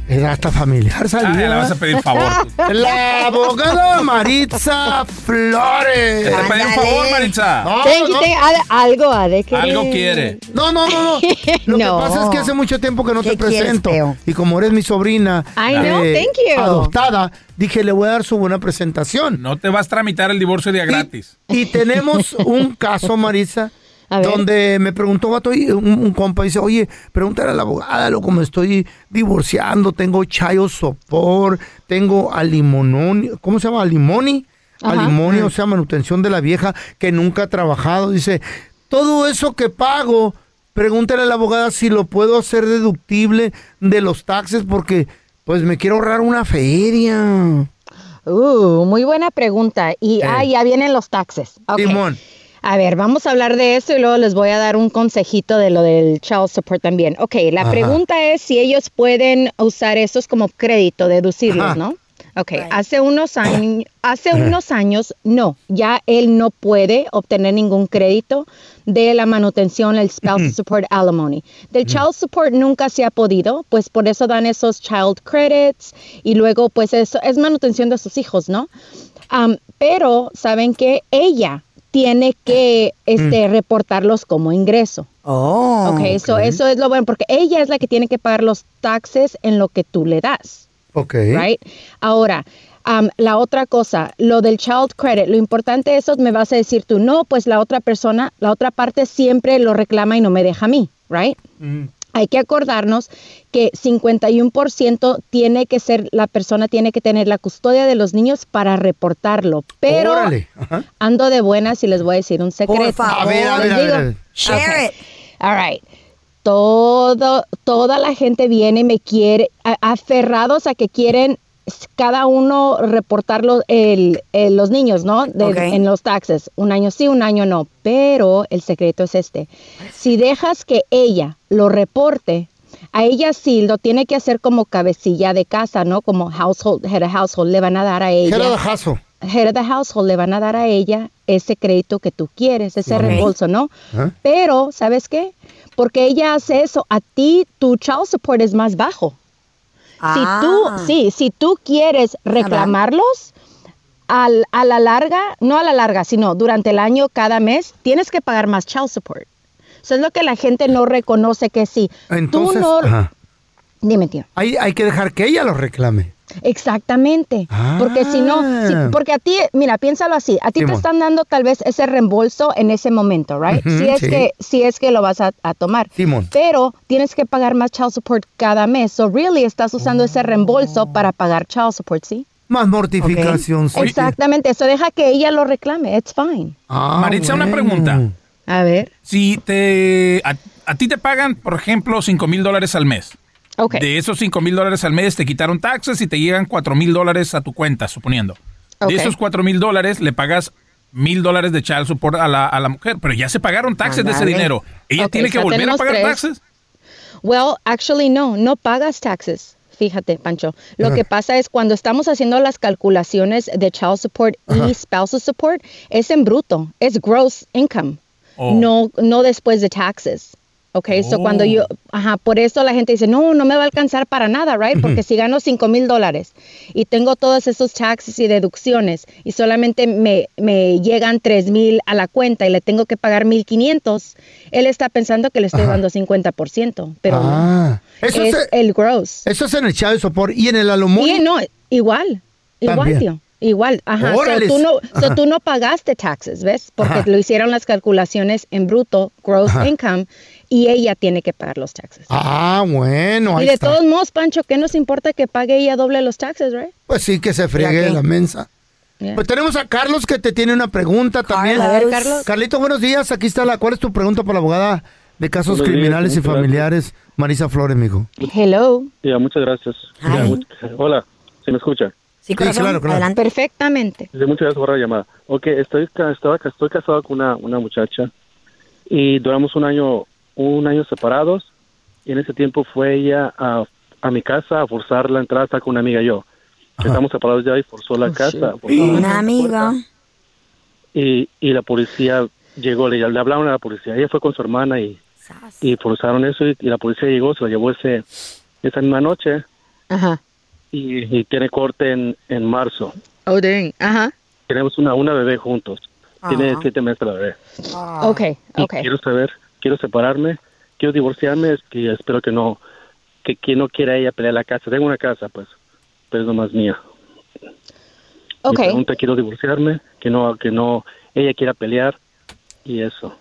Era hasta familiar, salía. Ah, le vas a pedir favor. <laughs> La abogada Maritza Flores. Te pedí un favor, Ah. Maritza. Thank you, thank- al- algo ha de querer. Algo quiere. No, no, no, no. Lo No. que pasa es que hace mucho tiempo que no te quieres, presento. y como eres mi sobrina eh, I know, thank you. adoptada, dije le voy a dar su buena presentación. No te vas a tramitar el divorcio de a gratis. <laughs> Y tenemos un caso, Marisa, donde me preguntó vato, y un, un compa, dice, oye, pregúntale a la abogada, loco, me estoy divorciando, tengo chayo sopor, tengo alimononi, ¿cómo se llama? Alimoni, Ajá. Mm. alimoni, o sea, manutención de la vieja que nunca ha trabajado, dice, todo eso que pago, pregúntale a la abogada si lo puedo hacer deductible de los taxes, porque pues me quiero ahorrar una feria. <laughs> Uh, muy buena pregunta. Y ah, ya vienen los taxes. Ok. Simón. A ver, vamos a hablar de eso y luego les voy a dar un consejito de lo del child support también. Ok, la Ajá. pregunta es si ellos pueden usar esos como crédito, deducirlos, Ajá. ¿no? Ok, hace, unos años, hace unos años no, ya él no puede obtener ningún crédito de la manutención, el spouse support alimony. Del child support nunca se ha podido, pues por eso dan esos child credits y luego pues eso es manutención de sus hijos, ¿no? Am, pero saben que ella tiene que este, reportarlos como ingreso. Mm. Oh, ok, eso- ok. eso es lo bueno, porque ella es la que tiene que pagar los taxes en lo que tú le das. Ok. Right? Ahora, am, la otra cosa, lo del child credit, lo importante de eso me vas a decir tú, no, pues la otra persona, la otra parte siempre lo reclama y no me deja a mí, right? Hay que acordarnos que 51% tiene que ser, la persona tiene que tener la custodia de los niños para reportarlo. Pero <laughs> Órale. Ajá. ando de buenas y les voy a decir un secreto. favor. A ver, a ver, a ver, a ver. Share Ok. All right. Todo, toda la gente viene y me quiere, a- aferrados a que quieren s- cada uno reportar lo- el- el- los niños, ¿no? De- Ok. En los taxes. Un año sí, un año no. Pero el secreto es este. Si dejas que ella lo reporte, a ella sí lo tiene que hacer como cabecilla de casa, ¿no? Como household, head of household, le van a dar a ella Jera de Jaso. head of the household le van a dar a ella ese crédito que tú quieres, ese Ok. reembolso, ¿no? ¿Ah? Pero, ¿sabes qué? Porque ella hace eso, a ti tu child support es más bajo. Ah. Si tú, sí, si tú quieres reclamarlos, al- a la larga, no a la larga, sino durante el año, cada mes, tienes que pagar más child support. Eso es lo que la gente no reconoce que sí. Entonces, tú no... ajá. Dime, tío. Hay, hay que dejar que ella lo reclame. Exactamente. Porque si no, si- Ah. porque a ti, mira, piénsalo así, a ti te Simón. están dando tal vez ese reembolso en ese momento, right? Ujú, si es sí. que si es que lo vas a, a tomar. Simón. Pero tienes que pagar más child support cada mes. So really estás usando ese Oh. reembolso para pagar child support, ¿sí? Más mortificación. sí. Exactamente, eso deja que ella lo reclame, it's fine. Ah, Maritza, una bueno. pregunta. A ver. Si te. A, a ti te pagan, por ejemplo, 5 mil dólares al mes. Ok. De esos 5 mil dólares al mes te quitaron taxes y te llegan 4 mil dólares a tu cuenta, suponiendo. Ok. De esos 4 mil dólares le pagas mil dólares de child support a la, a la mujer, pero ya se pagaron taxes de ese Ándale. dinero. ¿Ella Ok, tiene que ya volver a tenemos pagar tres. taxes? Well, actually no, no pagas taxes. Fíjate, Pancho. Lo Ajá. que pasa es cuando estamos haciendo las calculaciones de child support Ajá. y spousal support, es en bruto, es gross income. Oh. No, no después de taxes. Ok, so cuando Oh. yo, ajá, por eso la gente dice, no, no me va a alcanzar para nada, right? Porque si gano 5 mil dólares y tengo todos esos taxes y deducciones y solamente me, me llegan 3 mil a la cuenta y le tengo que pagar 1,500, él está pensando que le estoy dando 50%, pero no. Ah. Eso es, es- el gross. Eso es en el chavo de sopor y en el aluminio. Y no, igual, igual, También. tío. Igual, ajá. so Órales. tú, no, so Ajá. tú no pagaste taxes, ¿ves? Porque Ajá. lo hicieron las calculaciones en bruto, gross Ajá. income, y ella tiene que pagar los taxes. Ah, bueno, y ahí de está. todos modos, Pancho, ¿qué nos importa que pague ella doble los taxes, right? Pues sí, que se ¿Ya friegue qué? la mensa. Yeah. Pues tenemos a Carlos que te tiene una pregunta también. A ver, Carlos. Carlito, buenos días. Aquí está la. ¿Cuál es tu pregunta para la abogada de casos Buenos días, criminales y muchas gracias. familiares, Marisa Flores, mijo? Hello. Ya, muchas gracias. Ya, much- Hola, ¿se me escucha? Sí, corazón, claro, claro. adelante. Perfectamente. Sí, muchas gracias por la llamada. Ok, estoy, ca- estaba, ca- estoy casado con una, una muchacha y duramos un año, un año separados y en ese tiempo fue ella a, a mi casa a forzar la entrada, estaba con una amiga y yo. Estamos separados ya y forzó Oh, la casa. forzó la Una amiga. y, y la policía llegó, le, le hablaron a la policía, ella fue con su hermana y, y forzaron eso y, y la policía llegó, se la llevó ese, esa misma noche Ajá. y, y tiene corte en, en marzo. Oh, dang. Ajá. Tenemos una, una bebé juntos, tiene Ah. siete meses la bebé. Ok, Y ok. Quiero saber, quiero separarme, quiero divorciarme, es que espero que no, que, que no quiera ella pelear la casa. Tengo una casa, pues, pero es nomás mía. Ok. Mi pregunta, quiero divorciarme, que no, que no, ella quiera pelear y eso.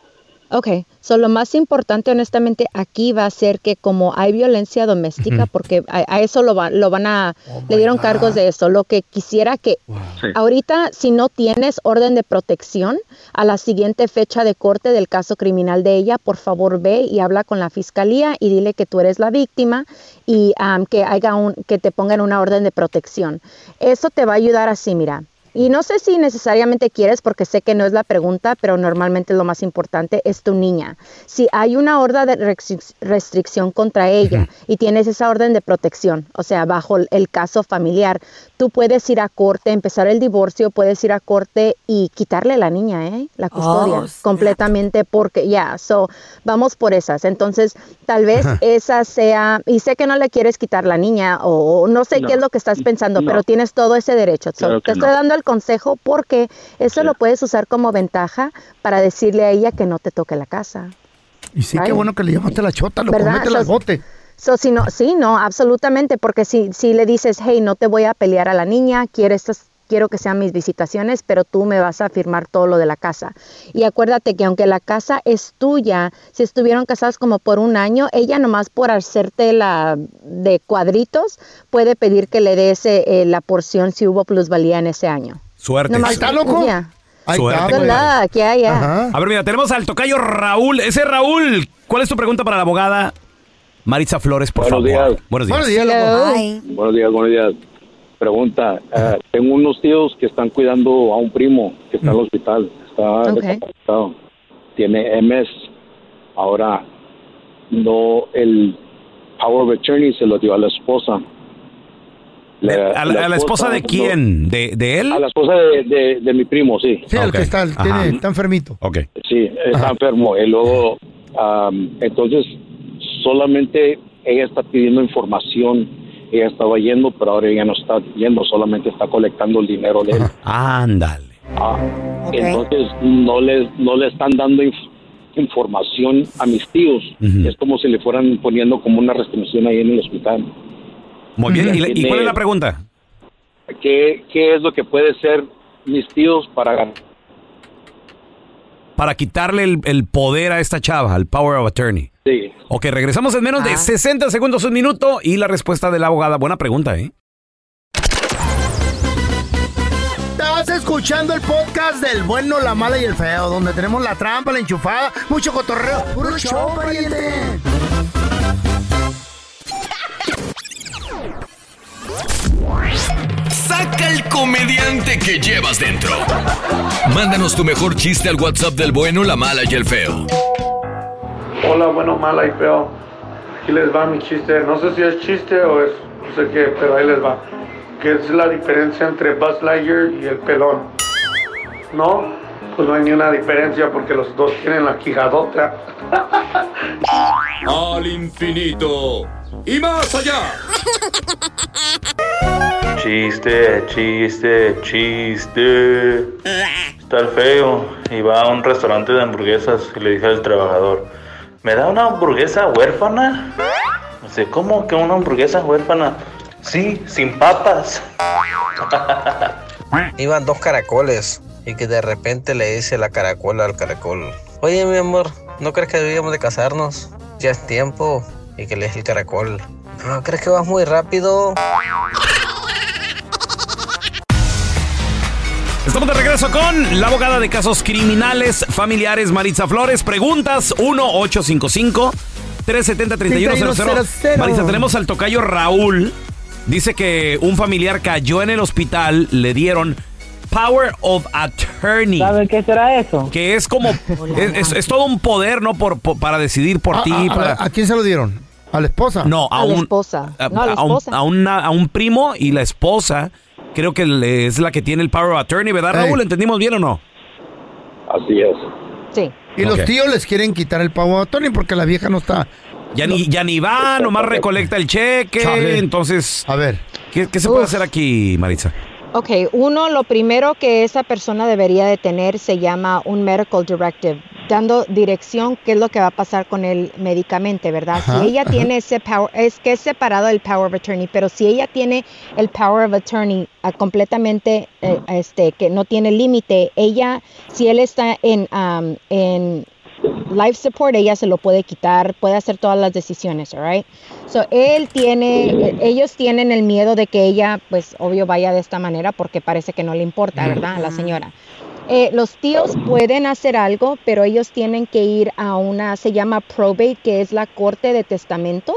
Ok, so lo más importante honestamente aquí va a ser que como hay violencia doméstica, Ujú. porque a, a eso lo, va- lo van a, le dieron cargos de eso, lo que quisiera que Sí. ahorita si no tienes orden de protección a la siguiente fecha de corte del caso criminal de ella, por favor ve y habla con la fiscalía y dile que tú eres la víctima y am, que, haga un, que te pongan una orden de protección. Eso te va a ayudar así, mira. Y no sé si necesariamente quieres, porque sé que no es la pregunta, pero normalmente lo más importante es tu niña. Si hay una orden de restric- restricción contra ella y tienes esa orden de protección, o sea, bajo el caso familiar, tú puedes ir a corte, empezar el divorcio, puedes ir a corte y quitarle a la niña, ¿eh? La custodia Oh, snap. completamente porque ya, so vamos por esas. Entonces, tal vez esa sea y sé que no le quieres quitar la niña o o no sé No. qué es lo que estás pensando, No. pero tienes todo ese derecho. So, Claro que te estoy no. dando el consejo porque eso lo puedes usar como ventaja para decirle a ella que no te toque la casa. Y sí, Ay. qué bueno que le llamaste la chota, lo ¿Verdad? métela al Sos- bote. So, si no, sí, no, absolutamente, porque si, si le dices, hey, no te voy a pelear a la niña, quiero, estas, quiero que sean mis visitaciones, pero tú me vas a firmar todo lo de la casa. Y acuérdate que aunque la casa es tuya, si estuvieron casados como por un año, ella nomás por hacerte la de cuadritos, puede pedir que le des eh, eh, la porción si hubo plusvalía en ese año. Suerte. Nomás- Yeah. pues. Good luck, yeah, yeah. A ver, mira, tenemos al tocayo Raúl. Ese Raúl, ¿cuál es tu pregunta para la abogada Maritza Flores, por favor? Buenos días. Buenos días, buenos días. Pregunta, ah, tengo unos tíos que están cuidando a un primo que está en el Mm. hospital, está Ok. discapacitado, tiene MS. Ahora, no, el power of attorney se lo dio a la esposa. ¿A la, a la esposa de no- quién? ¿De, de él? a la esposa de, de- de mi primo, sí. Sí, el que Ok. está- el tiene- Ajá. Está enfermito. Ok. Sí, está enfermo. Y luego, am, entonces, solamente ella está pidiendo información. Ella estaba yendo, pero ahora ella no está yendo, solamente está colectando el dinero de él. Ándale. Ah, Entonces, no le, no le están dando inf- información a mis tíos. Es como si le fueran poniendo como una restricción ahí en el hospital. Muy bien. ¿Y, la- y Tiene- cuál es la pregunta? ¿Qué, qué es lo que puede ser mis tíos para Para quitarle el, el poder a esta chava, al power of attorney. Sí. Ah. Ok, regresamos en menos de 60 segundos, un minuto y la respuesta de la abogada. Buena pregunta, ¿eh? Estás escuchando el podcast del bueno, la mala y el feo, donde tenemos la trampa, la enchufada, mucho cotorreo. ¡Puro show, pariente! Saca el comediante que llevas dentro. Mándanos tu mejor chiste al WhatsApp del bueno, la mala y el feo. Hola, bueno, mala y feo. Aquí les va mi chiste. No sé si es chiste o es no sé qué, pero ahí les va. ¿Qué es la diferencia entre Buzz Lightyear y el pelón? No, pues no hay ni una diferencia porque los dos tienen la quijadota. <laughs> Al infinito y más allá. Chiste, chiste, chiste. Está el feo y va a un restaurante de hamburguesas y le dice al trabajador, ¿me da una hamburguesa huérfana? Dice, ¿cómo que una hamburguesa huérfana? Sí, sin papas. <laughs> Iban dos caracoles y que de repente le dice la caracola al caracol. Oye mi amor, ¿no crees que deberíamos de casarnos? Ya es tiempo. Y que le dice el caracol. No, ¿crees que vas muy rápido? Estamos de regreso con la abogada de casos criminales familiares Maritza Flores. Preguntas 1-855-370-3100. 3100. Maritza, tenemos al tocayo Raúl. Dice que un familiar cayó en el hospital, le dieron Power of Attorney. ¿Sabe qué será eso? Que <laughs> es como, es, es- es todo un poder, ¿no? Por, por- para decidir por ¿A, ti. Ah, a- para- a- a quién se lo dieron? ¿A la esposa? no, a, un, a, No, a la a un- esposa. a una- a un primo y la esposa creo que le- es la que tiene el Power of Attorney, ¿verdad, Raúl? ¿Entendimos bien o no? Así es. Sí. Y Ok. los tíos les quieren quitar el pavo a Tony porque la vieja no está. Ya ni, ya ni va, nomás recolecta el cheque. Chale. Entonces. A ver. ¿Qué, qué se puede hacer aquí, Maritza? Ok, uno, lo primero que esa persona debería de tener se llama un medical directive, dando dirección qué es lo que va a pasar con el medicamento, ¿verdad? Ajá, si ella ajá. tiene ese power, es que es separado el power of attorney, pero si ella tiene el power of attorney ah, completamente, eh, este, que no tiene límite, ella, si él está en, um, en life support, ella se lo puede quitar, puede hacer todas las decisiones, alright? So él tiene, eh, ellos tienen el miedo de que ella, pues obvio vaya de esta manera porque parece que no le importa, ¿verdad? A la señora. Eh, los tíos pueden hacer algo, pero ellos tienen que ir a una, se llama probate, que es la corte de testamentos,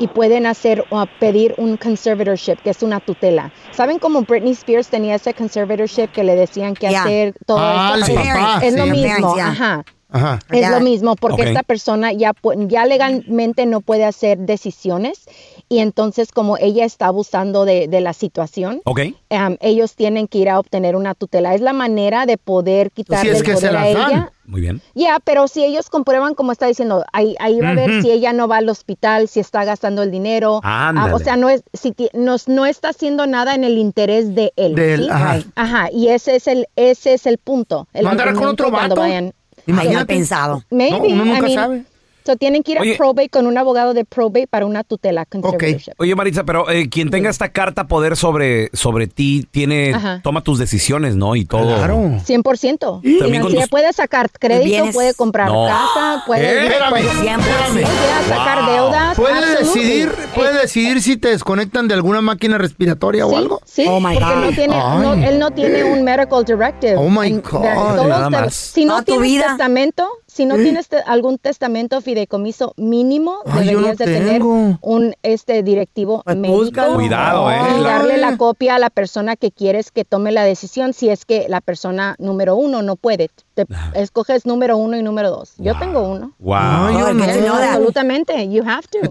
y pueden hacer o pedir un conservatorship, que es una tutela. ¿Saben cómo Britney Spears tenía ese conservatorship que le decían que Yeah. hacer todo Ah, esto? el Ajá, papá, es sí. lo mismo, Parents, yeah. ajá. Ajá. Es lo mismo, porque Ok. esta persona ya, pu- ya legalmente no puede hacer decisiones y entonces como ella está abusando de, de la situación, Ok. em, ellos tienen que ir a obtener una tutela. Es la manera de poder Pues quitarle el poder a ella. Muy bien. Ya, pero si ellos comprueban, como está diciendo, ahí, ahí va a ver Ujú. si ella no va al hospital, si está gastando el dinero. Ah, Ándale. o sea, no, es, si ti- nos- no está haciendo nada en el interés de él. De él, ¿sí? ajá. Ajá, y ese es el, ese es el punto. El ¿No andará con argumento otro cuando vato? vayan- Imagínate. Ay, Pensado. Maybe, No, uno nunca I mean, sabe. so tienen que ir Oye. a probate con un abogado de probate para una tutela conservatorship. Oye, Maritza, pero eh, quien tenga esta carta poder sobre, sobre ti, tiene, Ajá. toma tus decisiones, ¿no? Y todo. 100%. ¿Y? También con Financiera, tus- puede sacar crédito, Bienes. puede comprar No. casa, puede, ¿Eh? pues, Espérame, puede- puede sacar Wow. deuda. ¿Puede absolutely. decidir, puede decidir si te desconectan de alguna máquina respiratoria o algo? Sí, porque no tiene, no- Ay. él no tiene un medical directive. Oh, my En- God. todos Nada te- más. Eh. Si no tienes testamento, si no tienes te- algún testamento fideicomiso mínimo, Ay, yo no deberías de tener tengo. un este directivo médico. búscalo. Cuidado, eh. Y darle Ay. la copia a la persona que quieres que tome la decisión, si es que la persona número uno no puede. Te escoges número uno y número dos. Yo tengo uno. Wow. Absolutamente, you have to.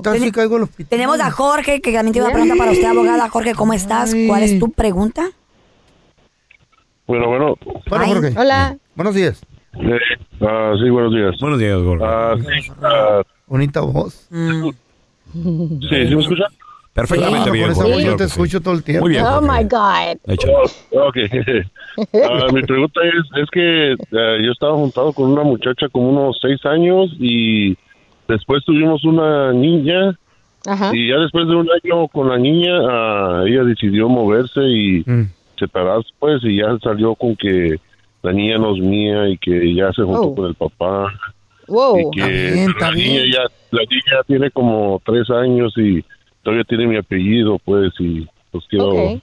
Tenemos a Jorge, que también tiene una pregunta para usted, abogada. Jorge, ¿cómo estás? ¿Cuál es tu pregunta? Bueno, bueno. Bueno, Jorge. Hola. Buenos días. Eh, ah, sí, buenos días. Ah, Buenos días, Gordo. Bonita voz. sí, ¿sí me escucha? Perfectamente bien, Con esa Jorge, voz yo claro te que sí. escucho todo el tiempo. Muy bien, Oh my God. Oh, ok. <laughs> Ah, mi pregunta es, es que ah, yo estaba juntado con una muchacha como unos seis años y después tuvimos una niña Ajá. y ya después de un año con la niña ah, ella decidió moverse y Mm. separarse pues y ya salió con que la niña no es mía y que ya se juntó Oh. con el papá y Wow. que la niña ya la niña tiene como tres años y todavía tiene mi apellido pues y pues <laughs> quiero Ok.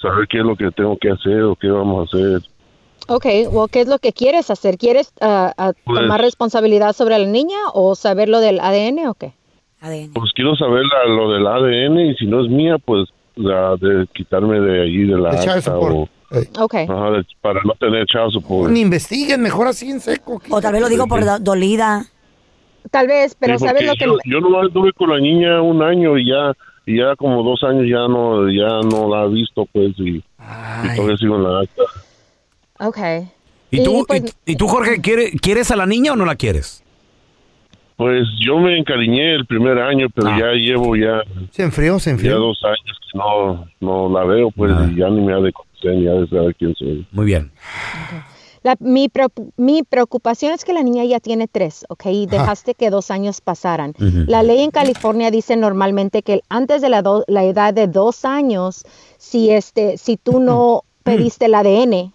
saber qué es lo que tengo que hacer o qué vamos a hacer Ok, well, ¿qué es lo que quieres hacer? ¿Quieres ah, ah, Pues- tomar responsabilidad sobre la niña o saber lo del ADN o qué? pues quiero saber la- lo del ADN y si no es mía pues la de quitarme de ahí de la De child acta support. o- Ok. Ajá, de- para no tener child support Ni investiguen, mejor así en seco. O tal vez lo digo por do- dolida. Tal vez, Sí, porque yo, yo nomás estuve con la niña un año y ya y ya como dos años ya no ya no la he visto pues y, y todavía sigo en la acta Ok. ¿Y tú, pues, y, y tú Jorge, quiere- quieres a la niña o no la quieres? Pues yo me encariñé el primer año, pero ya llevo ya, Ah. Se enfrió, se ya enfrió. Ah. dos años que no, no la veo, pues y ya ni me ha de conocer, ni ha de saber quién soy. Muy bien. la- mi, preocu- mi preocupación es que la niña ya tiene tres, ok, y dejaste que dos años pasaran. Ujú. La ley en California dice normalmente que antes de la, do- la edad de dos años, si, este, si tú no pediste el ADN,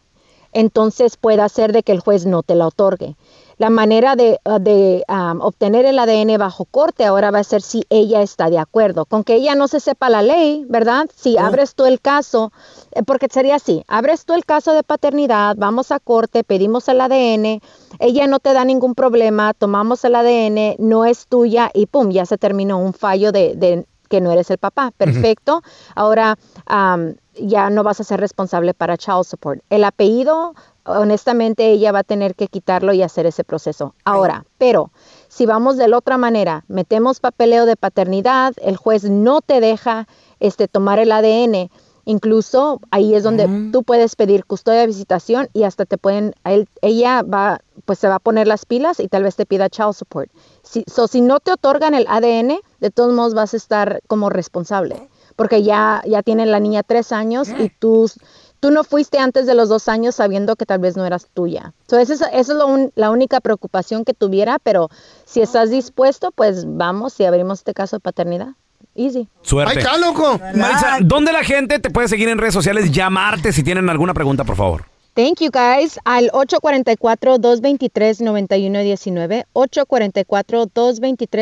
entonces puede ser de que el juez no te la otorgue. La manera de, uh, de, um, obtener el ADN bajo corte ahora va a ser si ella está de acuerdo. Con que ella no se sepa la ley, ¿verdad? Si abres tú el caso, eh, porque sería así, abres tú el caso de paternidad, vamos a corte, pedimos el ADN, ella no te da ningún problema, tomamos el ADN, no es tuya y pum, ya se terminó un fallo de, de que no eres el papá. Perfecto. Ahora am, ya no vas a ser responsable para child support. El apellido, honestamente, ella va a tener que quitarlo y hacer ese proceso. Ahora, pero si vamos de la otra manera, metemos papeleo de paternidad, el juez no te deja este, tomar el ADN. Incluso ahí es donde tú puedes pedir custodia de visitación y hasta te pueden, a él- ella va, pues se va a poner las pilas y tal vez te pida child support. Si, so, si no te otorgan el ADN, de todos modos vas a estar como responsable, porque ya, ya tiene la niña tres años y tú, tú no fuiste antes de los dos años sabiendo que tal vez no eras tuya. So, esa es, esa es lo un- la única preocupación que tuviera, pero si estás dispuesto, pues vamos y abrimos este caso de paternidad. Easy. Suerte. Ahí está, loco. Maritza, ¿dónde la gente te puede seguir en redes sociales? Llamarte si tienen alguna pregunta, por favor. Thank you guys al 844-223-9119,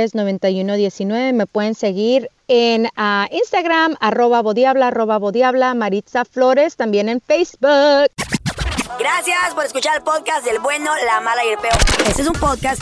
844-223-9119. Me pueden seguir en ah, Instagram, arroba bodiabla, arroba bodiabla, Maritza Flores, también en Facebook. Gracias por escuchar el podcast del bueno, la mala y el peor. Este es un podcast